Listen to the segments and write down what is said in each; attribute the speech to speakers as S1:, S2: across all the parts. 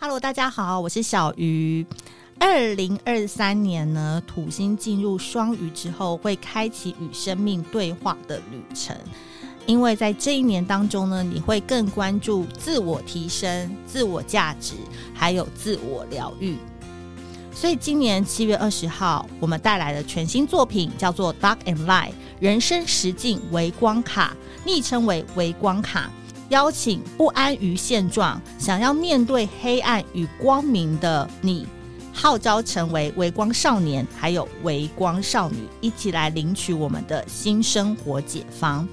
S1: Hello，大家好，我是小鱼。二零二三年呢，土星进入双鱼之后，会开启与生命对话的旅程。因为在这一年当中呢，你会更关注自我提升、自我价值，还有自我疗愈。所以今年七月二十号，我们带来的全新作品叫做《Dark and Light》，人生实境微光卡，昵称为微光卡。邀请不安于现状、想要面对黑暗与光明的你，号召成为微光少年，还有微光少女，一起来领取我们的新生活解方。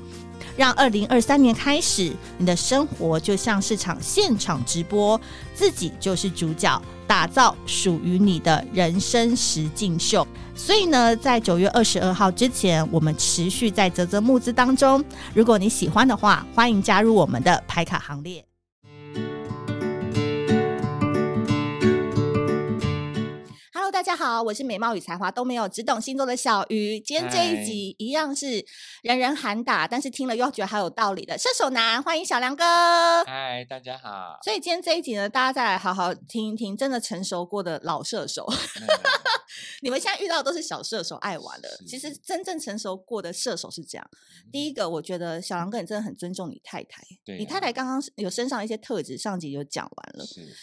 S1: 让二零二三年开始，你的生活就像是场现场直播，自己就是主角，打造属于你的人生实境秀。所以呢，在九月二十二号之前，我们持续在泽泽募资当中。如果你喜欢的话，欢迎加入我们的排卡行列。Hello，大家好，我是美貌与才华都没有，只懂星座的小鱼。今天这一集一样是人人喊打，但是听了又觉得好有道理的射手男，欢迎小梁 哥。
S2: 嗨，大家好。
S1: 所以今天这一集呢，大家再来好好听一听，真的成熟过的老射手。
S2: 没有没有没有
S1: 你们现在遇到的都是小射手爱玩的，其
S2: 是嗯
S1: 实真正成熟过的射手是这样。第一个，我觉得小狼哥你真的很尊重你太太，
S2: 对
S1: 你
S2: 呀
S1: 太太刚刚是有身上一些特质，上集有讲完 了，
S2: 是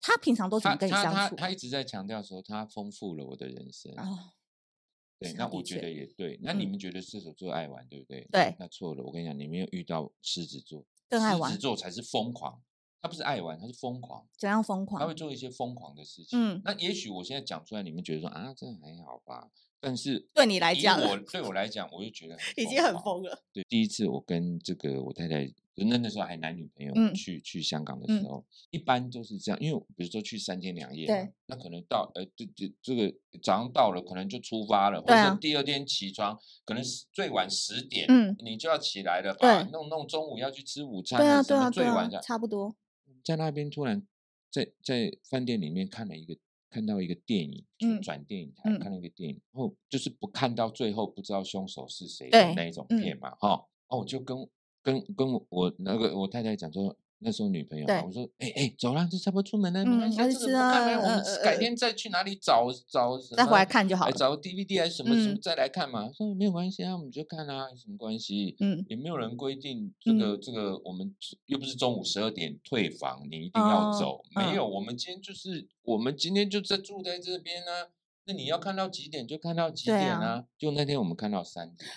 S1: 她平常都怎
S2: 他
S1: 么跟你
S2: 他
S1: 相
S2: 他
S1: 处？啊
S2: 他一直在强调说他丰富了我的人生。
S1: 哦，
S2: 对，
S1: 是
S2: 那
S1: 啊的
S2: 我觉
S1: 确
S2: 得也对。那你
S1: 嗯
S2: 们觉得射手座爱玩，对不对？
S1: 对
S2: 那错了，我跟你讲，你没有遇到狮子座，
S1: 更爱
S2: 狮
S1: 玩
S2: 子，座才是疯狂，他不是爱玩，他是疯狂，
S1: 怎样疯
S2: 他
S1: 狂
S2: 会？做一些疯狂的事情。
S1: 嗯
S2: 那也许我现在讲出来，你们觉得说啊，这还好吧？但是
S1: 对你来
S2: 以
S1: 讲
S2: 我对我来讲，我就觉得
S1: 已经很
S2: 狂
S1: 疯了，
S2: 对，第一次我跟这个我太太，就那那时候还男女朋友
S1: 嗯
S2: 去、去香港的时
S1: 嗯
S2: 候，一般都是这样，因为比如说去三天两夜
S1: 对
S2: 嘛，那可能到呃这这这个早上到了，可能就出发了，或
S1: 对
S2: 者
S1: 啊
S2: 说第二天起床，可能是最晚十点，
S1: 嗯，
S2: 你就要起来了吧，
S1: 对
S2: 弄弄中午要去吃午餐
S1: 对啊，
S2: 了，什
S1: 对
S2: 么
S1: 啊，
S2: 最
S1: 对啊
S2: 晚这，样，
S1: 差不多，
S2: 在那边突然在在饭店里面看了一个看到一个电影，就
S1: 嗯
S2: 转电影台、
S1: 嗯
S2: 看了一个电影，然后就是不看到最后不知道凶手是谁
S1: 对
S2: 的那一种
S1: 嗯
S2: 片嘛，哈、哦，我就跟跟跟我我那个我太太讲说。那时候女朋友嘛，
S1: 对
S2: 我说，哎、哎、走啦，这差不多出门了，没关
S1: 嗯
S2: 系
S1: 要
S2: 啊，
S1: 去吃
S2: 这个不看了，
S1: 啊
S2: 我们
S1: 呃
S2: 改
S1: 呃
S2: 天再去哪里找找什么，
S1: 再回来看就好
S2: 哎
S1: 了。
S2: 找个 DVD 还是什么什么
S1: 嗯
S2: 再来看嘛。说没有关系啊，我们就看啊，有什么关系？
S1: 嗯，
S2: 也没有人规定这个、这个，我们又不是中午十二点退房，你一定要
S1: 哦
S2: 走。
S1: 嗯
S2: 没有，我们今天就是我们今天就在住在这边啊。那你要看到几点就看到几
S1: 对
S2: 点
S1: 啊
S2: 啊。就那天我们看到三点，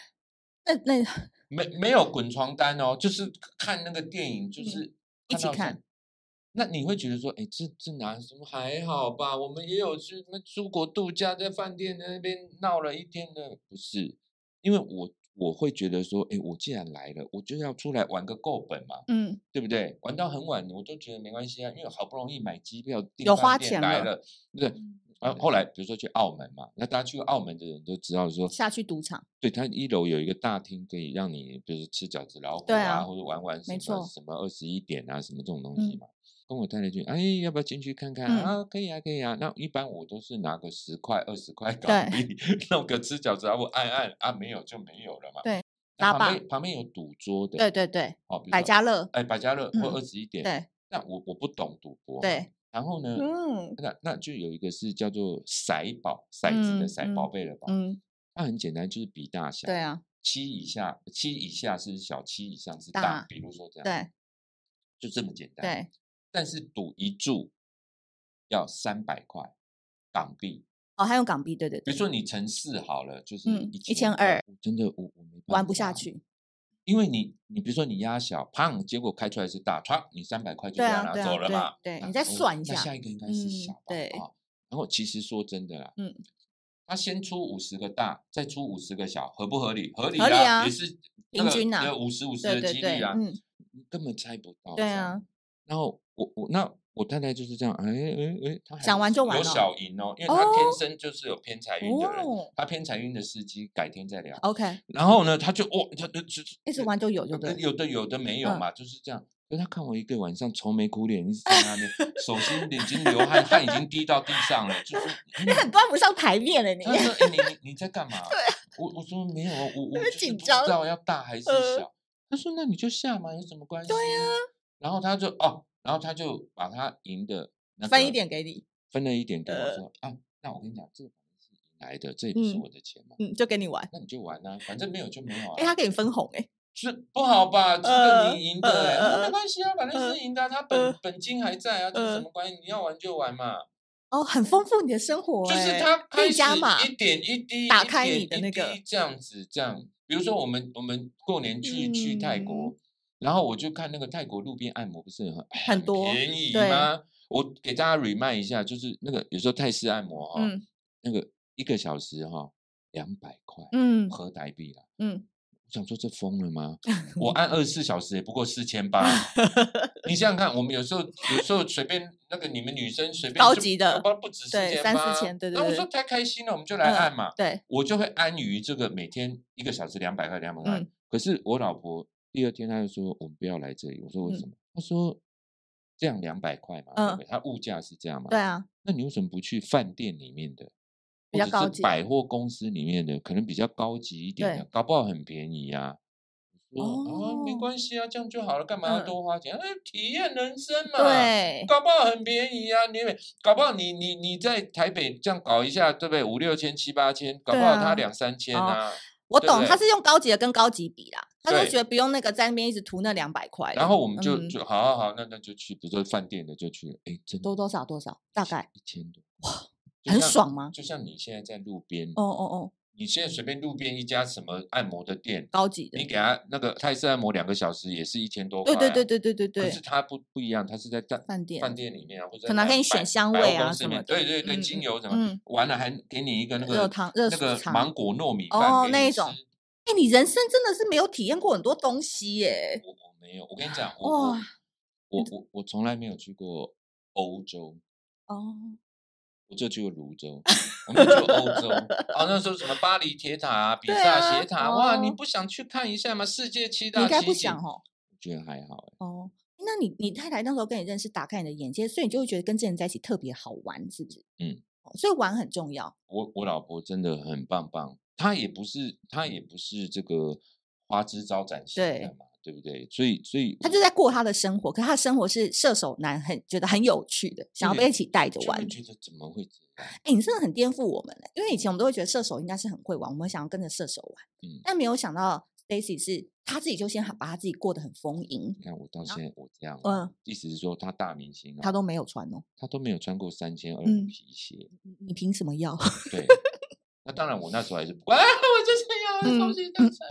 S1: 那那
S2: 没没有滚床单哦，就是看那个电影，就
S1: 嗯
S2: 是、
S1: 一起
S2: 到
S1: 看
S2: 三。那你会觉得说，哎，这这哪什么还好吧？我们也有去那出国度假，在饭店那边闹了一天的，不是？因为我我会觉得说，哎，我既然来了，我就要出来玩个够本嘛，
S1: 嗯，
S2: 对不对？玩到很晚，我都觉得没关系啊，因为好不容易买机票，订
S1: 有
S2: 饭
S1: 花
S2: 店
S1: 钱
S2: 来
S1: 了嗯
S2: 了，对不对？啊，后来比如说去澳门嘛，那大家去过澳门的人都知道说，
S1: 下去赌场，
S2: 对，它一楼有一个大厅，可以让你就是吃饺子老虎
S1: 对
S2: 啊，
S1: 啊
S2: 或者玩玩什
S1: 没
S2: 么
S1: 错
S2: 什么二十一点啊，什么这种东西
S1: 嗯
S2: 嘛。跟我太太去，哎，要不要进去看看、
S1: 嗯
S2: 啊？可以啊，可以啊。那一般我都是拿个十块、二十块港
S1: 对
S2: 币 弄个吃饺子老虎按按啊，没有就没有了嘛。
S1: 对
S2: 那
S1: 拉
S2: 旁
S1: 霸
S2: 边旁边有赌桌的，
S1: 对对对，
S2: 哦，比如
S1: 百
S2: 说
S1: 家乐，
S2: 哎百家乐或
S1: 嗯
S2: 二十一点。
S1: 对
S2: 那我我不懂赌博嘛，
S1: 对，
S2: 然后呢，
S1: 嗯
S2: 那那就有一个是叫做骰宝，骰子
S1: 嗯
S2: 的骰，宝贝的宝。
S1: 嗯，
S2: 它很简单，就是比大小。
S1: 对啊，
S2: 七以下，七以下是小，七以上是大，
S1: 大
S2: 比如说这样，，
S1: 对
S2: 就这么简单。，
S1: 对，
S2: 但是赌一注要三百块港币，
S1: 哦，还有港币，对对
S2: 比
S1: 对
S2: 如，说你乘四好了，就是
S1: 嗯
S2: 一
S1: 1200，
S2: 我真的我我没啊办
S1: 玩不下
S2: 法，
S1: 去，
S2: 因为你你比如说你压小，砰，结果开出来是大，唰，你三百块就
S1: 对啊
S2: 这样拿
S1: 对啊
S2: 走了
S1: 对
S2: 嘛。
S1: 对
S2: 那
S1: 你再
S2: 哦
S1: 算一
S2: 那
S1: 下
S2: 下一个应该是
S1: 嗯
S2: 小吧？
S1: 对
S2: 啊然后其实说真的啦，
S1: 嗯，
S2: 他先出五十个大，再出五十个小，合不合理？合理
S1: 合理啊
S2: 也是
S1: 平均啊
S2: 五十五十
S1: 对
S2: 的
S1: 对
S2: 几
S1: 对
S2: 率啊，
S1: 嗯
S2: 你根本猜不到。
S1: 对
S2: 这样
S1: 啊。
S2: 然后我我那我太太就是这样，哎哎哎，她还
S1: 想
S2: 有
S1: 玩就玩
S2: 有
S1: 了
S2: 小赢哦，因为她天
S1: 哦
S2: 生就是有偏财运的人，
S1: 哦
S2: 她偏财运的司机改天再聊。
S1: ，OK，
S2: 然后呢，她就哦，她就就
S1: 一直玩就有，就
S2: 有
S1: 对
S2: 的
S1: 了，
S2: 有的有的没有
S1: 嗯
S2: 嘛，就是这样。可是他看我一个晚上愁眉苦脸，一直在那边，手心已经流汗，汗已经滴到地上了， 就是
S1: 你
S2: 嗯
S1: 很端不上台面 了，你
S2: 他说：“哎、你你你 在干嘛？”我我说没有啊，我我
S1: 很
S2: 就是
S1: 紧
S2: 不知
S1: 张
S2: 道要大还是
S1: 呃啊
S2: 小。他说：“那你就下嘛，有什么关系？”对呀、然后他就哦，然后他就把他赢的、那
S1: 分一
S2: 个
S1: 点给你，
S2: 分了一点给我
S1: 呃
S2: 说啊，那我跟你讲，这个反正是赢来的，这也不是
S1: 嗯
S2: 我的钱嘛，
S1: 嗯，就给你 玩。
S2: 那你就玩啊，反正没有就没有啊。
S1: 哎、他给你分红哎、
S2: 是不好吧？这个
S1: 呃
S2: 你赢的欸、
S1: 呃
S2: 那没
S1: 呃
S2: 关系啊，反正是赢的啊，他本、
S1: 呃
S2: 本金还在啊，这有什
S1: 呃
S2: 么关系？你要玩就玩嘛，
S1: 哦，很丰富你的生活
S2: 就
S1: 哎、
S2: 是他
S1: 可
S2: 开
S1: 以加码
S2: 始一点一滴
S1: 打
S2: 一
S1: 开
S2: 点
S1: 你的
S2: 一
S1: 那个
S2: 滴这样子这样。比如说我们我们过年去、去泰国
S1: 嗯，
S2: 然后我就看那个泰国路边按摩不是很哎
S1: 很多
S2: 便宜
S1: 对
S2: 吗？我给大家 remind 一下，就是那个有时候泰式按摩哈、
S1: 嗯
S2: 那个一个小时哈、两百块、
S1: 嗯
S2: 合台币啦。
S1: 嗯，
S2: 我想说这疯 了吗？我按二十四小时也不过四千八，你想想看，我们有时候有时候随便那个你们女生随便
S1: 高
S2: 就
S1: 级的
S2: 不不止四
S1: 对
S2: 千
S1: 三四
S2: 八
S1: 千对对
S2: 那我
S1: 对
S2: 说太开心了，我们就来
S1: 嗯
S2: 按嘛，
S1: 对，
S2: 我就会安于这个每天一个小时两百块两百块
S1: 嗯。
S2: 可是我老婆第二天她就说我们不要来这里，我说为什么？她说这样两百块嘛，对不
S1: 嗯
S2: 对？她物价是这样嘛，
S1: 对啊，
S2: 那你为什么不去饭店里面的，
S1: 比较
S2: 或者
S1: 高
S2: 是
S1: 级
S2: 百货公司里面的，可能比较高级一点的，
S1: 对
S2: 搞不好很便宜呀、我说啊，没
S1: 哦
S2: 关系啊，这样就好了，干嘛要
S1: 嗯
S2: 多花钱？哎，体验人生嘛，，
S1: 对，
S2: 搞不好很便宜啊。你每搞不好你你你在台北这样搞一下，对不对？五六千七八千，搞不
S1: 对
S2: 好
S1: 啊
S2: 他两三千
S1: 哦
S2: 啊。
S1: 我
S2: 对
S1: 懂，
S2: 不
S1: 他
S2: 对
S1: 是用高级的跟高级比啦，他
S2: 对
S1: 就觉得不用那个在那边一直图那两百块的。
S2: 然后我们就、
S1: 嗯
S2: 就好好好，那那就去，比如说饭店的就去，哎，真
S1: 多多少多少，大概
S2: 一千多，就
S1: 很
S2: 像
S1: 爽吗？
S2: 就像你现在在路边，
S1: 哦哦哦，
S2: 你现在随便路边一家什么按摩的店，
S1: 高级的
S2: 你，给他那个泰式按摩两个小时也是一千多块、
S1: 对
S2: 啊。
S1: 对对对对对对
S2: 可是，他不不一样，他是在饭
S1: 饭店
S2: 饭店里面啊，或者
S1: 可能还
S2: 在
S1: 可以
S2: 百
S1: 选香
S2: 百货
S1: 味啊
S2: 公
S1: 什
S2: 司里
S1: 么
S2: 面
S1: 的
S2: 对对对，
S1: 嗯
S2: 精
S1: 嗯
S2: 油什么
S1: 嗯，
S2: 完了还给你一个那个
S1: 热汤热
S2: 那个
S1: 食肠
S2: 芒果糯米
S1: 哦
S2: 饭给
S1: 那
S2: 你
S1: 一种
S2: 吃
S1: 哎、你人生真的是没有体验过很多东西耶、
S2: 我我没有，我跟你讲，我我
S1: 哇
S2: 我我我从来没有去过欧洲。
S1: 哦，
S2: 我就去过泸 州，我们去过欧洲啊，那时候什么巴黎铁塔啊、比
S1: 对
S2: 萨
S1: 啊
S2: 斜塔，哇，你
S1: 哦
S2: 不想去看一下吗？世界七
S1: 你
S2: 大
S1: 应该
S2: 奇
S1: 不想
S2: 景，
S1: 哦。
S2: 我觉得还好欸
S1: 哦，那你你太太那时候跟你认识，打开你的眼界，所以你就会觉得跟这人在一起特别好玩，是不是？
S2: 嗯
S1: 哦，所以玩很重要。
S2: 我我老婆真的很棒棒，她也不是她也不是这个花枝招展型的
S1: 嗯对
S2: 嘛，对不对？所以所以
S1: 他就在过他的生活，可他的生活是射手男很觉得很有趣的，想要
S2: 对
S1: 被一起带着
S2: 就
S1: 玩
S2: 会。觉得怎么会这样？
S1: 哎、你真的很颠覆我们欸嘞！因为以前我们都会觉得射手应该是很会玩，我们想要跟着射手玩，
S2: 嗯
S1: 但没有想到 Stacy 是他自己就先把他自己过得很丰盈
S2: 你，看我到
S1: 然后
S2: 现在我这样，
S1: 嗯，
S2: 意思是说她大明星啊，
S1: 他都没有穿哦。
S2: 她都没有穿过三千二的
S1: 嗯
S2: 皮鞋，
S1: 你你凭什么要？
S2: 对。那当然，我那时候还是不管， 啊我就是要
S1: 嗯
S2: 东西这样穿，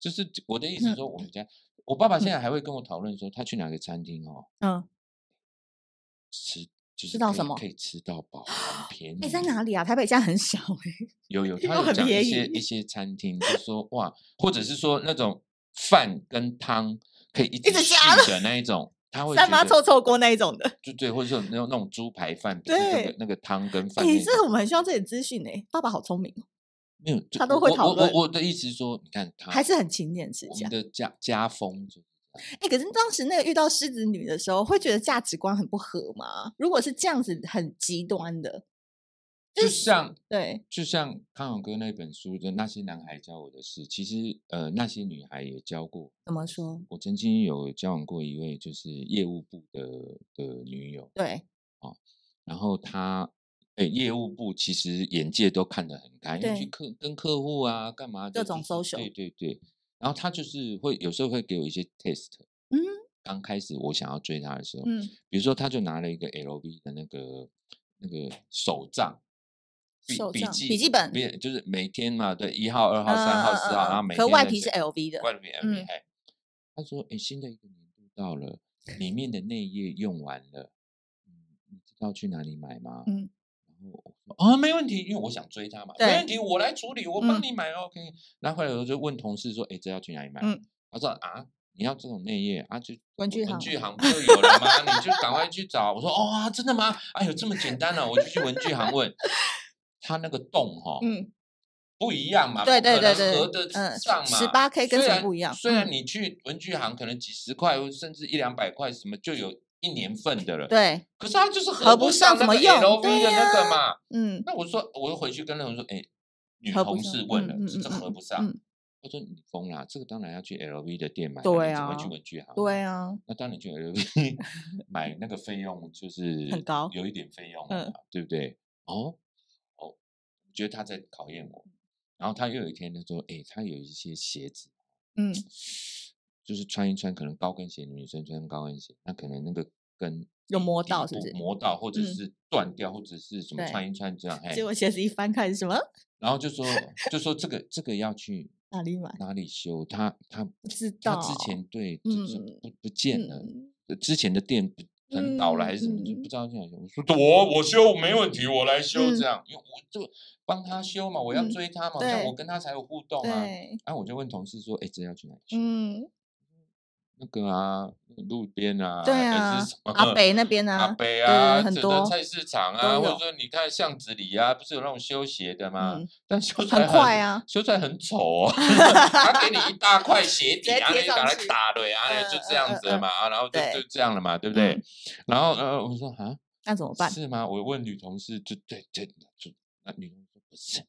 S2: 就是我的意思是说，我们家我爸爸现在还会跟我讨论说，他去哪个餐厅哦，
S1: 嗯，
S2: 吃就是
S1: 吃到
S2: 可以
S1: 什么
S2: 可以吃到饱，很便宜。
S1: 哎、在哪里啊？台北现在很小哎、
S2: 有有，
S1: 又
S2: 他有
S1: 很
S2: 讲一
S1: 便
S2: 些
S1: 宜
S2: 一些餐厅，就说哇，或者是说那种饭跟汤可以一直
S1: 直
S2: 续
S1: 加
S2: 的那一种， 他会
S1: 三
S2: 觉
S1: 妈
S2: 得
S1: 臭臭锅那一种的。
S2: 就对，或者是那种那种猪排饭，不是那个
S1: 对
S2: 那个汤 跟
S1: 哎、
S2: 饭那
S1: 这
S2: 种，
S1: 我们很需要这点资讯哎。爸爸好聪明哦，
S2: 没有，就
S1: 他都
S2: 我
S1: 会
S2: 我
S1: 讨
S2: 我
S1: 论
S2: 我的意思是说，你看他
S1: 还是很勤俭持
S2: 啊我
S1: 家
S2: 们。的家家风就是
S1: 哎、可是当时那个遇到狮子女的时候，会觉得价值观很不合吗？如果是这样子很极端的，
S2: 就像
S1: 对，
S2: 就像康永哥那本书的那些男孩教我的事，其实呃那些女孩也教过。
S1: 怎么说？
S2: 我曾经有交往过一位就是业务部的的女友，
S1: 对，
S2: 然后他，诶、业务部其实眼界都看得很开，因为去
S1: 对
S2: 客跟客户啊，干嘛的
S1: 各种
S2: 就是对
S1: social
S2: 对对。然后他就是会有时候会给我一些 test，
S1: 嗯，
S2: 刚开始我想要追他的时候，
S1: 嗯，
S2: 比如说他就拿了一个 LV 的那个那个手账。笔
S1: 手
S2: 笔
S1: 账
S2: 记
S1: 笔记本嗯
S2: 别就是每天嘛，对，一号、二号、三号、四号，然后每
S1: 呃可
S2: 天
S1: 外
S2: 的
S1: 皮
S2: 这
S1: 是 LV 的，
S2: 外面 LV，、
S1: 嗯
S2: 哎，他说，哎、新的一个年度到了，里面的内页用完了，嗯，你知道去哪里买吗？
S1: 嗯，
S2: 然后我说啊，没问题，因为我想追他嘛，没
S1: 对
S2: 问题，我来处理，我
S1: 嗯
S2: 帮你买、OK。然后后来我就问同事说，哎、这要去哪里买？
S1: 嗯
S2: 他说啊，你要这种内页啊，就
S1: 文具
S2: 文
S1: 行
S2: 具 行不就有了吗？你就赶快去找。我说哦啊，真的吗？哎呦，这么简单啊，我就去文具行问。他那个洞哈、
S1: 嗯，
S2: 不一样嘛，
S1: 对
S2: 不
S1: 对
S2: 可
S1: 对
S2: 能
S1: 对
S2: 合得
S1: 嗯
S2: 上嘛。
S1: 18K 跟
S2: 虽
S1: 什么
S2: 然
S1: 不一样
S2: 虽然
S1: 嗯
S2: 你去文具行可能几十块，甚至一两百块什么就有一年份的了。。
S1: 对，
S2: 可是它就是
S1: 合
S2: 不
S1: 不上
S2: 那
S1: 怎
S2: 个
S1: 么用
S2: LV 的
S1: 对
S2: 那个
S1: 呀
S2: 嘛。
S1: 嗯，
S2: 那我说，我就回去跟那种说，哎、女
S1: 合不
S2: 同
S1: 上
S2: 事问
S1: 嗯
S2: 了，
S1: 嗯
S2: 是
S1: 嗯
S2: 这
S1: 嗯
S2: 合
S1: 嗯
S2: 不上。他说你疯啦，这个当然要去 LV 的店买，
S1: 对
S2: 那你怎么会
S1: 啊
S2: 去文具行？
S1: 对啊，
S2: 那当然去 LV 买那个费用就是
S1: 很高
S2: 有一点费用
S1: 嗯
S2: 嘛，对不对？哦哦，我觉得他在考验我。然后他又有一天他说：“哎、他有一些鞋子，
S1: 嗯，
S2: 就是穿一穿，可能高跟鞋，女生穿高跟鞋，那可能那个跟
S1: 有磨到是不是
S2: 磨到或者
S1: 嗯
S2: 是断掉，或者是什么
S1: 对
S2: 穿一穿这样，嘿
S1: 结，果鞋子一翻看是什么？
S2: 然后 就说就说这个这个要去
S1: 哪里买？
S2: 哪里修？他他
S1: 不知
S2: 他
S1: 道。
S2: 之前对就是
S1: 嗯
S2: 不不见了，
S1: 嗯
S2: 呃之前的店不可能倒了还是什么，就
S1: 嗯嗯
S2: 不知道这样修。我说我我修没问题，我来修
S1: 嗯
S2: 这样，因为我就帮他修嘛，我要
S1: 嗯
S2: 追他嘛，这样
S1: 对
S2: 我跟他才有互动啊。
S1: 对，
S2: 然后我就问同事说：“哎，这要去哪里修？
S1: 嗯，
S2: 那个啊，路边啊，
S1: 对
S2: 还
S1: 啊
S2: 是什，么嗯
S1: 阿北那边
S2: 阿
S1: 呢？
S2: 北
S1: 对
S2: 啊，
S1: 很
S2: 整个
S1: 多
S2: 菜市场啊，
S1: 都
S2: 或者
S1: 有
S2: 说你看巷子里啊，不是有那种修鞋的吗？
S1: 嗯
S2: 但修出
S1: 很
S2: 来
S1: 快啊
S2: 修出来很丑 哦，他给你一大块鞋底
S1: 接
S2: 啊，
S1: 贴
S2: 你
S1: 上
S2: 把它
S1: 去
S2: 打对啊，
S1: 嗯
S2: 就
S1: 嗯
S2: 这样
S1: 嗯
S2: 子了嘛，啊然后就
S1: 对
S2: 就这样了嘛，对不对
S1: 嗯？
S2: 然后呃，我说啊，
S1: 那怎么办？
S2: 是吗？我问女同事，就对对，就那女同事说不是。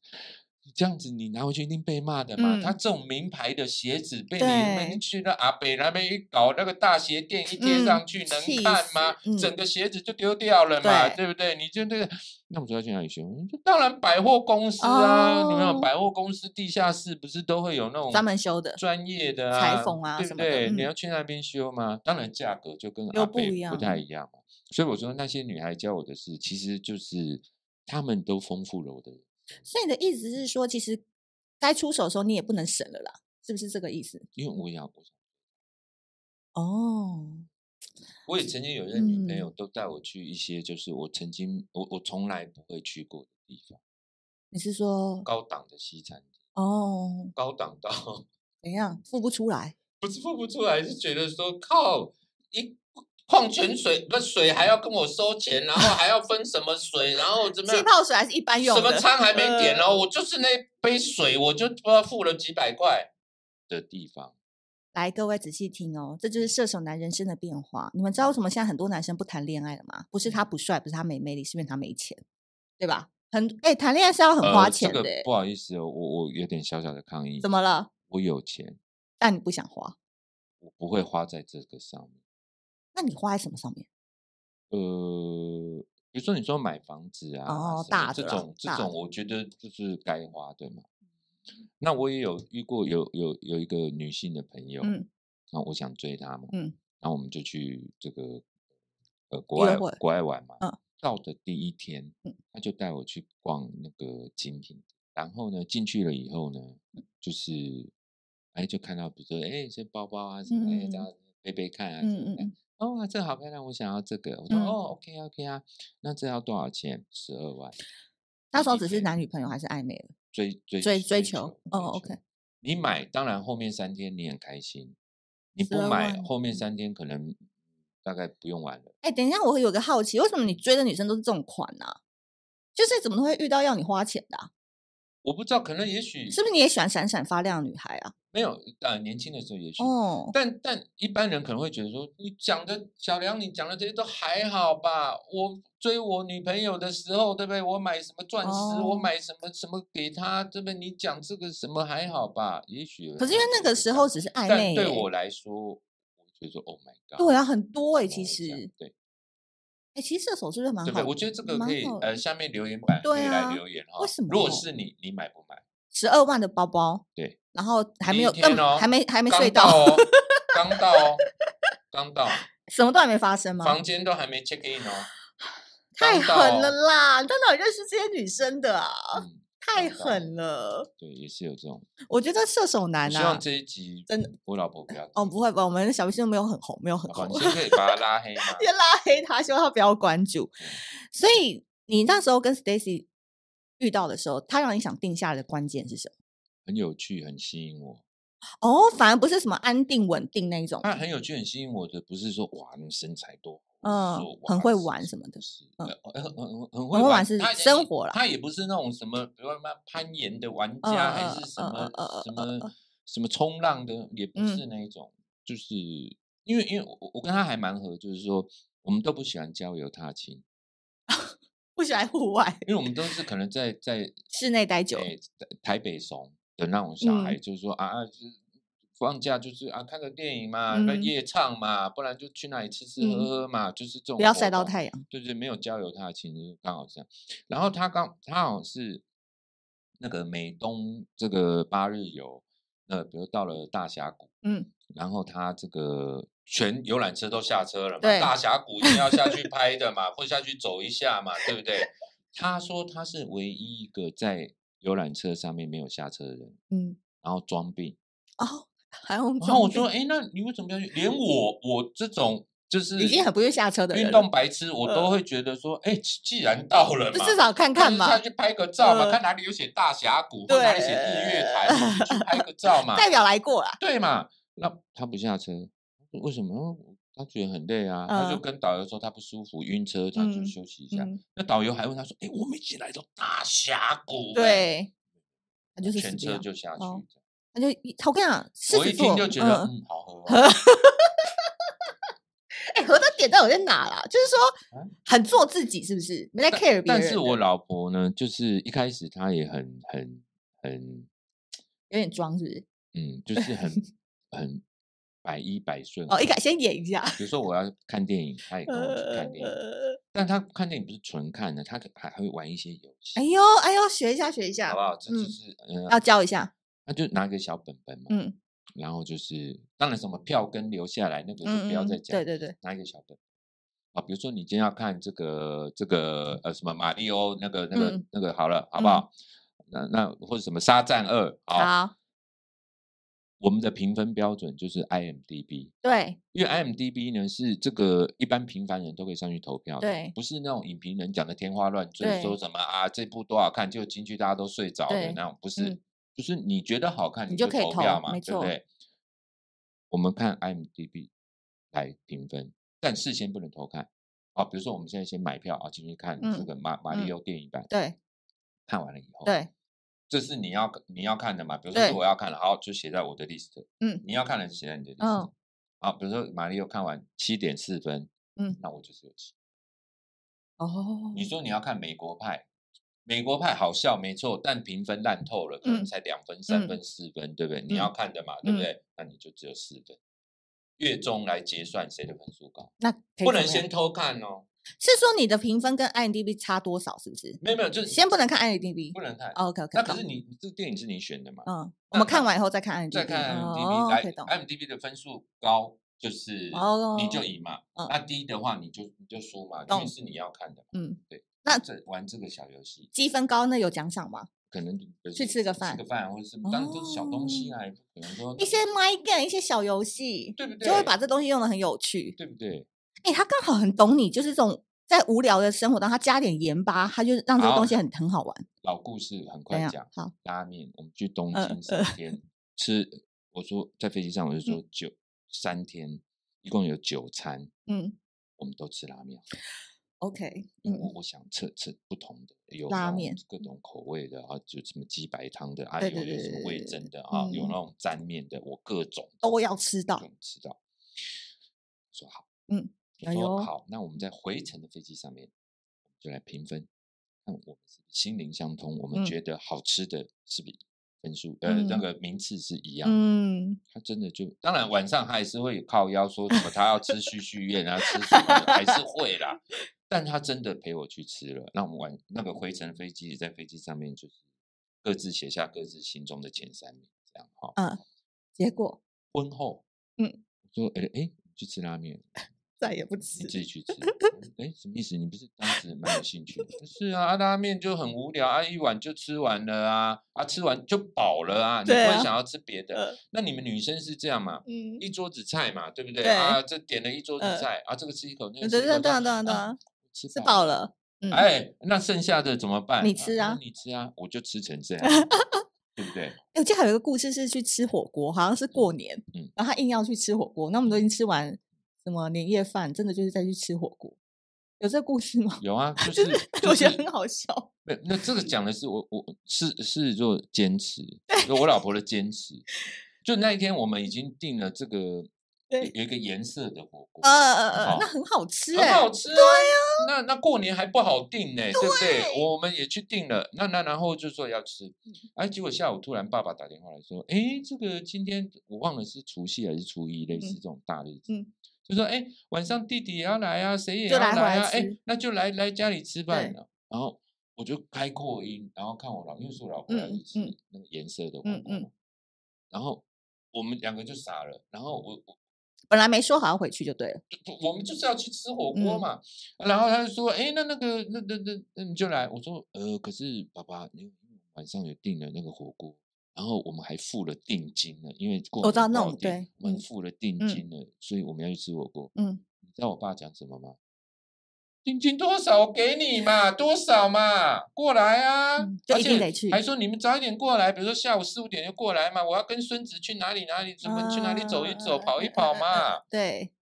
S2: 这样子你拿回去一定被骂的嘛？他
S1: 嗯
S2: 这种名牌的鞋子被你们
S1: 对
S2: 去那阿北那边一搞，那个大鞋店一贴
S1: 嗯
S2: 上去能
S1: 气
S2: 看
S1: 死
S2: 吗？整
S1: 嗯
S2: 个鞋子就丢掉了嘛，
S1: 对
S2: 对不对？你就那个，那我说要去哪里修？就当然百货公司啊，你们有
S1: 哦
S2: 百货公司地下室不是都会有那种
S1: 专门修的，
S2: 专业的
S1: 裁
S2: 啊，
S1: 缝啊
S2: 对
S1: 什
S2: 不
S1: 么的
S2: 对？
S1: 嗯
S2: 你要去那边修吗？当然价格就跟
S1: 又
S2: 阿
S1: 不
S2: 北
S1: 一
S2: 不
S1: 样
S2: 太一样嘛。所以我说那些女孩教我的事，其实就是她们都丰富了我的。
S1: 所以你的意思是说，其实该出手的时候你也不能省了啦，是不是这个意思？
S2: 因为我想，我
S1: 哦，
S2: 我也曾经有一任女朋
S1: 嗯
S2: 友都带我去一些，就是我曾经我我从来不会去过的地方，
S1: 你是说
S2: 高档的西餐厅，
S1: 哦，
S2: 高档到
S1: 怎样付不出来？
S2: 不是付不出来，是觉得说靠一矿泉水那水还要跟我收钱，然后还要分什么水，然后怎么
S1: 气
S2: 样？
S1: 泡水还是一般用
S2: 什
S1: 的？嗯
S2: 么餐还没点哦，我就是那杯水，我就不知道付了几百块的地方。
S1: 来，各位仔细听哦，这就是射手男人生的变化。你们知道为什么现在很多男生不谈恋爱了吗？
S2: 嗯
S1: 不是他不帅，不是他没魅力，是因为他没钱，对吧？很哎、谈恋爱是要很花
S2: 呃
S1: 钱的
S2: 这
S1: 欸、
S2: 个不好意思哦，我我有点小小的抗议。
S1: 怎么了？
S2: 我有钱，
S1: 但你不想花，
S2: 我不会花在这个上面。
S1: 那你花在什么上面？
S2: 呃，比如说你说买房子啊，
S1: 哦
S2: 什么
S1: 大
S2: 这
S1: 的啦
S2: 种这
S1: 大
S2: 种，
S1: 的嗯
S2: 我觉得就是该花，对吗？那我也有遇过有有有一个女性的朋友，
S1: 嗯
S2: 那我想追她嘛，
S1: 嗯，
S2: 然后我们就去这个呃国
S1: 约
S2: 外
S1: 会
S2: 国外玩嘛。
S1: 嗯
S2: 到的第一天
S1: 嗯，
S2: 他就带我去逛那个精品，然后呢进去了以后呢，就是哎就看到比如说哎这包包啊什么哎这
S1: 嗯
S2: 样背背看啊，
S1: 嗯嗯
S2: 嗯
S1: 嗯
S2: 嗯。哦，啊这好漂亮，我想要这个。我说、
S1: 嗯
S2: 哦，OK 啊 OK 啊，那这要多少钱？十二万。
S1: 那时候
S2: 一
S1: 只是
S2: 天
S1: 男女朋友还是暧昧了？
S2: 追追
S1: 追追求
S2: 求
S1: 哦，OK
S2: 追求你买当然后面三天你很开心，你不
S1: 12
S2: 买
S1: 万
S2: 后面
S1: 嗯
S2: 三天可能大概不用玩了。
S1: 哎、等一下，我有个好奇，为什么你追的女生都是这种款呢、啊？就是怎么会遇到要你花钱的啊、
S2: 我不知道，可能也许
S1: 是不是你也喜欢闪闪发亮的女孩啊？
S2: 没有呃年轻的时候也许，
S1: 哦，
S2: 但但一般人可能会觉得说，你讲的小梁，你讲的这些都还好吧？我追我女朋友的时候，对不对？我买什么钻石，我
S1: 哦
S2: 买什么什么给她，对不对？你讲这个什么还好吧？也许有人
S1: 可是因为
S2: 会
S1: 那
S2: 觉
S1: 个
S2: 得
S1: 时
S2: 这
S1: 候
S2: 样
S1: 只是暧
S2: 但
S1: 昧、欸，
S2: 对我来说，我觉得说 Oh my God，
S1: 对啊，很多哎、其
S2: 怎么会这样
S1: 实。
S2: 对
S1: 哎、其实射手是不是蛮
S2: 对不
S1: 好
S2: 对？
S1: 的？
S2: 我觉得这个可
S1: 蛮
S2: 以
S1: 好
S2: 呃，
S1: 的
S2: 下面留言板可
S1: 对
S2: 以
S1: 啊
S2: 来留言哈。
S1: 为什
S2: 如果
S1: 么
S2: 是你，你买不买？
S1: 十二万的包包，
S2: 对，
S1: 然后还
S2: 第
S1: 没
S2: 一
S1: 有，
S2: 天
S1: 根本
S2: 哦
S1: 还没还没
S2: 刚
S1: 睡
S2: 到
S1: 到，
S2: 哦， 刚到哦，刚到，哦
S1: 什么都还没发生吗？
S2: 房间都还没 check in 哦。
S1: 太
S2: 刚到
S1: 狠了
S2: 哦
S1: 啦！你到哪里认识这些女生的啊？
S2: 嗯，
S1: 太
S2: 刚到
S1: 狠了！
S2: 对，也是有这种。
S1: 我觉得射手
S2: 我
S1: 男
S2: 希
S1: 啊
S2: 望，这一集
S1: 真的，
S2: 我老婆不要
S1: 哦，
S2: 听
S1: 不会吧？我们小明星没有很红，没有很
S2: 好吧
S1: 红。
S2: 你，先可以把她拉黑嘛
S1: 先拉黑他，希望他不要关注。所以你那时候跟 Stacy 遇到的时候，他让你想定下来的关键是什么？
S2: 很有趣，很吸引我。
S1: 哦，反而不是什么安定稳定那一种，
S2: 她很有趣，很吸引我的，不是说哇，你身材多
S1: 嗯
S2: 好，或者说
S1: 很
S2: 哇
S1: 会
S2: 是
S1: 玩什么的
S2: 不是
S1: 嗯
S2: 呃很很很很
S1: 会
S2: 会
S1: 玩是
S2: 她也
S1: 生活啦
S2: 她也不是那种什么，比如说攀岩的玩
S1: 嗯
S2: 家，还
S1: 嗯
S2: 是什
S1: 嗯
S2: 么
S1: 嗯嗯
S2: 什
S1: 嗯
S2: 么什么冲浪的，也不
S1: 嗯
S2: 是那一种。就是因为因为我我跟她还蛮合，就是说我们都不喜欢郊游踏青，
S1: 不喜欢户外，
S2: 因为我们都是可能在在
S1: 室内待久了。
S2: 哎，台台北怂，的那种小
S1: 嗯
S2: 孩，就是说啊啊，就是放假就是啊看个电影嘛，那、
S1: 嗯
S2: 夜唱嘛，不然就去那里吃吃喝
S1: 嗯
S2: 喝嘛，就是这种
S1: 不要
S2: 活
S1: 晒到
S2: 动
S1: 太阳。
S2: 对对，没有交流他的亲，就是刚好这样。然后他刚他好像是那个美东这个八日游，呃，比如到了大峡谷，
S1: 嗯，
S2: 然后他这个全游览车都下车了嘛，
S1: 对
S2: 大峡谷一定要 下去拍的嘛，或下去走一下嘛，对不对？他说他是唯一一个在游览车上面没有下车的人，
S1: 嗯，
S2: 然后装病。
S1: 哦，韩红，
S2: 然后我说，哎，那你为什么要去？ 连我我这种就是
S1: 已经很不愿下车的人
S2: 运
S1: 了，嗯
S2: 动白痴，我都会觉得说，哎、既既然到了
S1: 就
S2: 嘛，
S1: 至少看看
S2: 就是
S1: 嘛
S2: 下，去拍个照嘛，
S1: 呃
S2: 看哪里有写大峡谷，或哪里写日月潭，你去拍个照嘛，
S1: 代表来过啦。
S2: 对嘛？那他不下车，我说为什么？他觉得很累啊，他就
S1: 嗯
S2: 跟导游说他不舒服，晕车，他就
S1: 嗯
S2: 休息一下。
S1: 嗯，
S2: 那导游还问他说：“哎、我们一起来到大峡谷、欸，
S1: 对，他就是死
S2: 全
S1: 掉
S2: 车，就下去。
S1: 哦他就一我跟你讲，狮
S2: 我
S1: 子
S2: 一
S1: 座，
S2: 听就觉得，
S1: 嗯
S2: 嗯，好 喝、哦。
S1: 哎，合的点到底在哪啦？就是说
S2: 啊
S1: 很做自己，是不是？没在 care 别人的。
S2: 但是我老婆呢，就是一开始她也很很很
S1: 有点装，是不是？
S2: 嗯，就是很很百依百顺
S1: 哦，一
S2: 开，
S1: 开先演一下。
S2: 比如说我要看电影，他也跟我去看电影，
S1: 呃
S2: 但他看电影不是纯看的，他可还还会玩一些游 戏，
S1: 哎呦哎呦，学一下学一下
S2: 好啊不，好？这就
S1: 嗯
S2: 是嗯，
S1: 要教一下。
S2: 他就拿个小本本嘛，
S1: 嗯
S2: 然后就是当然什么票根留下来那个就
S1: 嗯，
S2: 不要
S1: 嗯
S2: 再
S1: 嗯
S2: 讲，
S1: 对对对，
S2: 拿一个小本。啊，比如说你今天要看这个这个呃什么马里奥那个那个、
S1: 嗯
S2: 那个好了，好
S1: 嗯
S2: 不好？那那或者什么沙赞二啊，
S1: 好，
S2: 我们的评分标准就是 IMDB，
S1: 对
S2: 因为 IMDB 呢是这个一般平凡人都可以上去投票的，
S1: 对
S2: 不是那种影评人讲的天花乱坠，
S1: 对
S2: 说什么啊这部多好看，就进去大家都睡着的
S1: 对
S2: 那种，不是，
S1: 嗯
S2: 就是你觉得好看
S1: 你
S2: 就
S1: 就可以
S2: 投票
S1: 投
S2: 嘛，
S1: 没
S2: 对不
S1: 错
S2: 对？我们看 IMDB 来评分，但事先不能投看啊。比如说我们现在先买票啊，进去看这
S1: 嗯
S2: 个马马
S1: 嗯
S2: 里奥电影版，
S1: 对
S2: 看完了以后，
S1: 对，
S2: 这是你要你要看的嘛？比如说是
S1: 对
S2: 我要看了，好，就写在我的 list。
S1: 嗯
S2: 你要看的是写在你的 list。
S1: 嗯
S2: 好，比如说马里奥看完七点四分，
S1: 嗯，
S2: 那我就是有七。
S1: 哦，
S2: 你说你要看美国派，美国派好笑没错，但评分烂透了，可能
S1: 嗯
S2: 才两分、三
S1: 嗯
S2: 分、四分，对不对？你要
S1: 嗯
S2: 看的嘛，对不
S1: 嗯
S2: 对？那你就只有四分。月中来结算谁的分数高，
S1: 那可以
S2: 不
S1: 怎么
S2: 能
S1: 样
S2: 先偷看哦。
S1: 是说你的评分跟 IMDB 差多少，是不是？
S2: 没有没有，就是
S1: 先不能看哦 IMDB
S2: 不。能看。
S1: OK OK，
S2: 那可是你这电影是你选的嘛？
S1: 嗯，
S2: 那
S1: 我们
S2: 看
S1: 看完以后再看 IMDB。
S2: 再哎看 IMDB
S1: 哦
S2: 来
S1: ，OK，懂。
S2: ，IMDB 的分数高就是你就
S1: 哦
S2: 赢嘛，
S1: 嗯
S2: 那低的话你就你就输嘛，因为
S1: 懂
S2: 是你要看的嘛。
S1: 嗯，
S2: 那
S1: 那
S2: 这玩这个小游戏，
S1: 积分高那有奖赏吗？
S2: 可能就比如
S1: 去
S2: 说
S1: 吃个饭哦
S2: 吃个饭或者是当然都是小东西啊，也不可能说
S1: 一 些 my game，一些小游戏，
S2: 对不对？
S1: 就会把这东西用的很有趣。
S2: 对不对？
S1: 哎，他刚好很懂你，就是这种在无聊的生活当中，他加点盐巴，他就让这个
S2: 好
S1: 东西很很好玩。
S2: 老故事很
S1: 怎
S2: 快
S1: 样
S2: 讲，？
S1: 好，
S2: 拉面，我们去东
S1: 呃
S2: 京三
S1: 呃嗯
S2: 天吃，我说在飞机上我就说九三天，一共有九餐，
S1: 嗯
S2: 我们都吃拉面。
S1: ，OK，
S2: 我
S1: 嗯
S2: 我我想测测不同的，有
S1: 拉
S2: 那种
S1: 面嗯
S2: 各种口味的啊，就什么鸡白汤的啊，
S1: 对
S2: 有
S1: 对
S2: 有
S1: 对
S2: 什么
S1: 对
S2: 味
S1: 对
S2: 噌
S1: 对
S2: 的啊，有那
S1: 嗯
S2: 种沾面的，我各种
S1: 都要吃到
S2: 都吃到。说好，
S1: 嗯，
S2: 我
S1: 哎
S2: 说
S1: 呦
S2: 好，那我们在回程的飞机上面，我们就来评分，看我们是不是心灵相通，我们
S1: 嗯
S2: 觉得好吃的是不是分数呃那
S1: 嗯
S2: 个名次是一样的。
S1: 嗯，
S2: 他真的就，当然晚上他还是会靠腰说什么他要吃旭旭宴啊，吃什么的还是会啦。但他真的陪我去吃了，那我们晚那个回程飞机也在飞机上面就是各自写下各自心中的前三名，这样哈。
S1: 呃结果
S2: 婚后，
S1: 嗯，
S2: 我说哎哎，你去吃拉面，
S1: 再也不
S2: 你
S1: 吃。
S2: 自己去吃。哎，什么意思？你不是当时蛮有兴趣的？不是啊，啊拉面就很无聊啊，一碗就吃完了啊，啊吃完就饱了啊，你不
S1: 对
S2: 会
S1: 啊
S2: 想要吃别的。
S1: 呃
S2: 那你们女生是这样嘛？
S1: 嗯，
S2: 一桌子菜嘛，对不对？
S1: 对
S2: 啊，这点了一桌子
S1: 呃
S2: 菜、啊，这个吃一口，那个
S1: 对
S2: 吃
S1: 对
S2: 一
S1: 对
S2: 口，
S1: 对啊对
S2: 那
S1: 啊对
S2: 啊
S1: 啊，
S2: 吃
S1: 吃
S2: 饱
S1: 饱。了。嗯，
S2: 哎，那剩下的怎么办？
S1: 你吃
S2: 那
S1: 啊
S2: 你吃啊，我就吃成这 样，对不对？
S1: 欸我记得还有一个故事是去吃火锅，好像是过年，
S2: 嗯
S1: 然后他硬要去吃火锅，那我们都已经吃完什么年夜饭，真的就是再去吃火锅，有这个故事吗？
S2: 有啊， 就是
S1: 真的，
S2: 就
S1: 我
S2: 是
S1: 觉得很好笑。
S2: 没那这个讲的是我我是是做 坚持，就我老婆的坚持。就那一天，我们已经定了这个
S1: 对
S2: 有一个颜色的火锅，
S1: 呃呃呃
S2: 好，
S1: 那很好吃
S2: 很
S1: 哎、
S2: 好吃、啊。对呀、那那过年还不好订呢、对不对？
S1: 对嗯
S2: 我们也去订了，那那然后就说要吃，哎，结果下午突然爸爸打电话来说，哎，这个今天我忘了是除夕还是初一，类似这种大日子，
S1: 嗯
S2: 就说哎，晚上弟弟也要来啊，谁也
S1: 就
S2: 要
S1: 来回来
S2: 啊，哎
S1: 吃，
S2: 那就来来家里吃饭
S1: 对
S2: 了。然后我就开扩音，然后看我老，因为是我老婆
S1: 嗯
S2: 要去
S1: 嗯
S2: 吃
S1: 嗯
S2: 那个颜色的火
S1: 嗯
S2: 锅
S1: 嗯
S2: 嘛，然后我们两个就傻了，然后我我
S1: 本来没说好要回去就对了，
S2: 不我们就是要去吃火锅
S1: 嗯
S2: 嘛。然后他就说：“哎，那那个那那那那你就来。”我说：“呃，可是爸爸，你晚上有订了那个火锅，然后我们还付了定金呢，因为过
S1: 我知道
S2: 年
S1: 哦那种
S2: 不好订
S1: 对
S2: 我们
S1: 嗯
S2: 付了定
S1: 嗯
S2: 金了，所以我们要去吃火锅。”
S1: 嗯，
S2: 你知道我爸讲什么吗？定金多少我给你嘛，多少嘛，过来啊！
S1: 嗯就
S2: 而
S1: 一定
S2: 且
S1: 得去
S2: 还说你们早一点过来，比如说下午四五点就过来嘛，我要跟孙子去哪里哪里，怎么去哪里走一走，
S1: 啊
S2: 跑一跑嘛。
S1: 对，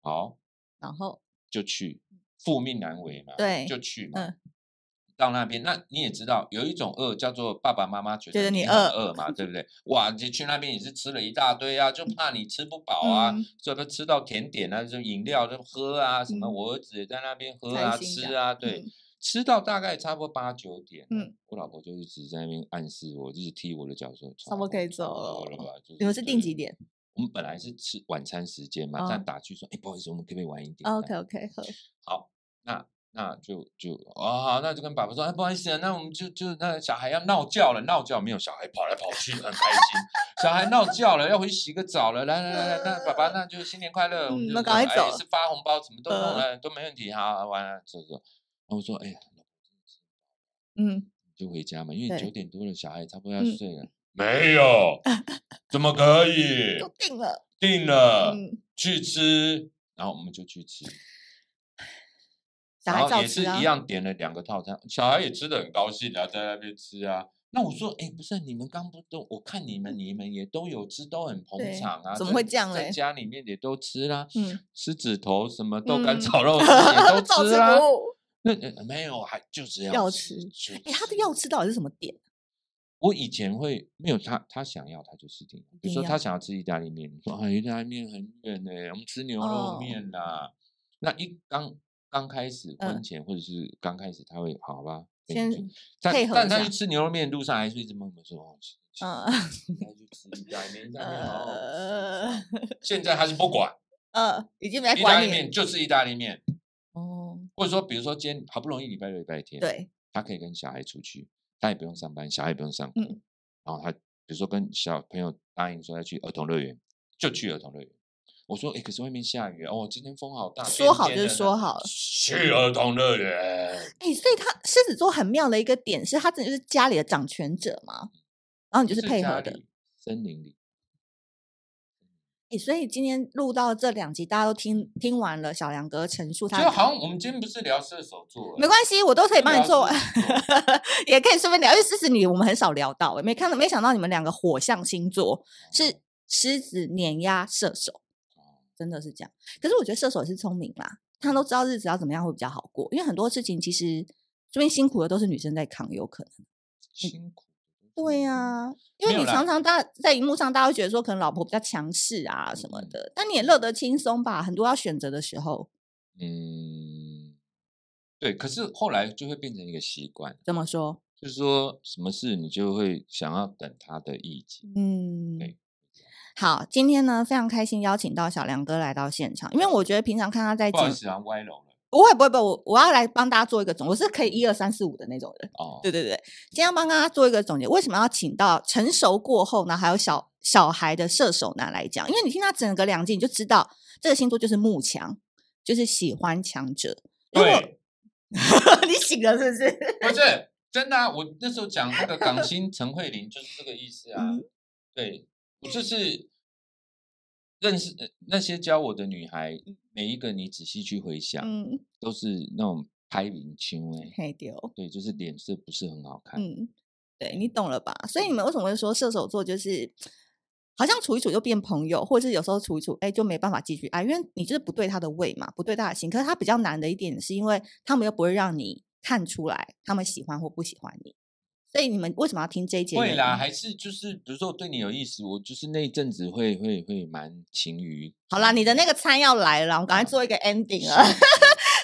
S2: 好，
S1: 然后
S2: 就去，父命难违嘛，
S1: 对
S2: 呃就去嘛。
S1: 嗯
S2: 到那边，那你也知道，有一种饿叫做爸爸妈妈觉
S1: 觉得
S2: 得
S1: 你
S2: 很
S1: 饿
S2: 饿嘛，对不对？哇，你去那边也是吃了一大堆啊，就怕你吃不饱啊
S1: 嗯，
S2: 所以都吃到甜点啊，就饮料就喝啊，什么
S1: 嗯
S2: 我儿子也在那边喝
S1: 开
S2: 啊、
S1: 心
S2: 吃
S1: 这
S2: 啊，对，
S1: 嗯
S2: 吃到大概差不多八九点，
S1: 嗯，
S2: 我老婆就一直在那边暗示我，一直踢我的脚说，
S1: 差不多可以走
S2: 了
S1: 了
S2: 吧？就
S1: 你们是定几？
S2: 对
S1: 点
S2: 我们本来是吃晚餐时间嘛，
S1: 哦
S2: 但打去说，哎，不好意思，我们可不可以晚一点
S1: ？OK OK，好，
S2: 好，那那就就哦，好，那就跟爸爸说，哎，不好意思啊，那我们就就那小孩要闹觉了，闹觉没有，小孩跑来跑去很开心，小孩闹觉了，要回去洗个澡了，来来来来，那爸爸那就新年快乐，我
S1: 嗯
S2: 们就
S1: 那
S2: 说
S1: 赶快
S2: 哎
S1: 走了
S2: 是发红包，怎么都弄
S1: 呃
S2: 了，都没问题，好，完了，走走。然后我说，哎呀，
S1: 嗯，
S2: 就回家嘛，因为
S1: 对
S2: 九点多了，小孩差不多要
S1: 嗯
S2: 睡 了。没有，怎么可以
S1: 都？定了，
S2: 定了，
S1: 嗯，
S2: 去吃。然后我们就去吃。
S1: 小
S2: 然
S1: 孩
S2: 后
S1: 照
S2: 也是
S1: 吃啊
S2: 一，样点了两个套餐，小孩也吃的很高兴啊，在那边吃啊。那我说，哎，不是你们刚不都，我看你们你们也都有吃，都很捧
S1: 对
S2: 场啊，
S1: 怎么
S2: 在
S1: 会这样
S2: 在
S1: 嘞
S2: 家里面也都吃啦，
S1: 嗯，
S2: 狮子头什么豆干
S1: 嗯
S2: 炒肉 丝也都
S1: 照
S2: 吃啊
S1: 吃
S2: 啦
S1: 不。误。
S2: 那呃没有，还就是
S1: 要
S2: 吃
S1: 吃。
S2: 就
S1: 哎，他的
S2: 吃
S1: 要吃到底是什么点？
S2: 我以前会没有他，他想要他就是定。比
S1: 定
S2: 如说
S1: 要
S2: 他想要吃意大利面，你说啊，意大利面很远呢、我们吃牛肉
S1: 哦
S2: 面啦。那一刚刚开始婚
S1: 嗯
S2: 前、或者是刚开始，他会好吧，陪你去
S1: 先
S2: 但
S1: 配合
S2: 但
S1: 一
S2: 他
S1: 下
S2: 去吃牛肉面的路上还是一直默默说哦，吃吃
S1: 嗯
S2: 该去吃意大利面，意大利面好好吃哦
S1: 呃
S2: 现在他是不管，
S1: 呃，已经没在
S2: 意大
S1: 管
S2: 利
S1: 你了
S2: 面就是意大利面，
S1: 哦，
S2: 或者说比如说今天好不容易礼拜六礼拜天，
S1: 对，
S2: 他可以跟小孩出去，他也不用上班，小孩也不用上课。
S1: 嗯
S2: 然后他比如说跟小朋友答应说要去儿童乐园，就去儿童乐园。我说，哎、可是外面下雨哦，今天风好大。
S1: 说
S2: 变
S1: 好
S2: 天
S1: 就是
S2: 了呢
S1: 说好了
S2: 去儿童乐园。
S1: 哎，所以他狮子座很妙的一个点是，他真的就是家里的掌权者嘛，然后你就是配
S2: 嗯家
S1: 合的。
S2: 里，森林里。
S1: 哎，所以今天录到这两集，大家都听听完了小梁哥陈述他
S2: 就
S1: 的，
S2: 好像我们今天不是聊射手座欸，
S1: 没关系，我都可以
S2: 就
S1: 帮你
S2: 聊
S1: 做完
S2: 狮。子座
S1: 也可以顺便聊，因为狮子女我们很少聊到、欸，没看到，没想到你们两个火象星座是嗯狮子碾压射手，
S2: 哦
S1: 真的是这样。可是我觉得射手也是聪明啦，他都知道日子要怎么样会比较好过，因为很多事情其实这边辛苦的都是女生在扛，有可能。
S2: 辛苦。
S1: 对呀、因
S2: 嗯没
S1: 为
S2: 有
S1: 你
S2: 啦
S1: 常常大在荧幕上，大家会觉得说可能老婆比较强势啊什么
S2: 嗯
S1: 的，但你也乐得轻松吧？很多要选择的时候，
S2: 嗯，对。可是后来就会变成一个习惯，
S1: 怎么说？
S2: 就是说什么事你就会想要等他的意见。
S1: 嗯
S2: 对，
S1: 好，今天呢非常开心邀请到小梁哥来到现场，因为我觉得平常看他在
S2: 不好意
S1: 节
S2: 思啊，歪楼了
S1: 不会不会不会，我我要来帮大家做一个总，我是可以一二三四五的那种人。
S2: 哦。
S1: 对对对，今天要帮大家做一个总结，为什么要请到成熟过后呢？还有小小孩的射手男来讲，因为你听他整个两季，你就知道这个星座就是慕强，就是喜欢强者。如果
S2: 对，
S1: 你醒了是不是？
S2: 不是真的啊！我那时候讲那个港星陈慧琳就是这个意思
S1: 嗯
S2: 啊。对，我就是认识呃那些教我的女孩，每一个你仔细去回想，
S1: 嗯，
S2: 都是那种拍明青哎，
S1: 嘿丢，
S2: 对，就是脸色不是很好看。
S1: 嗯，对你懂了吧？所
S2: 嗯
S1: 以你们为什么会说射手座就是？好像处一处就变朋友，或者是有时候处一处，哎、就没办法继续爱，因为你就是不对他的胃嘛，不对他的心。可是他比较难的一点，是因为他们又不会让你看出来他们喜欢或不喜欢你，所以你们为什么要听这一节？
S2: 会啦，。还是就是比如说我对你有意思，我就是那一阵子会会会蛮勤于。
S1: 好啦，你的那个餐要来了啦，我们赶快做一个 ending 了。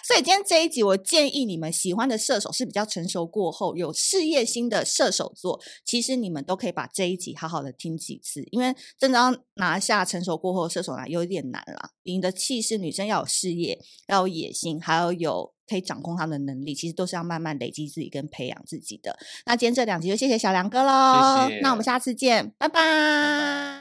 S1: 所以今天这一集，我建议你们喜欢的射手是比较成熟过后有事业心的射手座，其实你们都可以把这一集好好的听几次，因为真的要拿下成熟过后的射手男有一点难啦。你的气势，女生要有事业，要有野心，还要有可以掌控他们的能力，其实都是要慢慢累积自己跟培养自己的。那今天这两集就谢谢小梁哥喽，那我们
S2: 谢
S1: 下次见，拜拜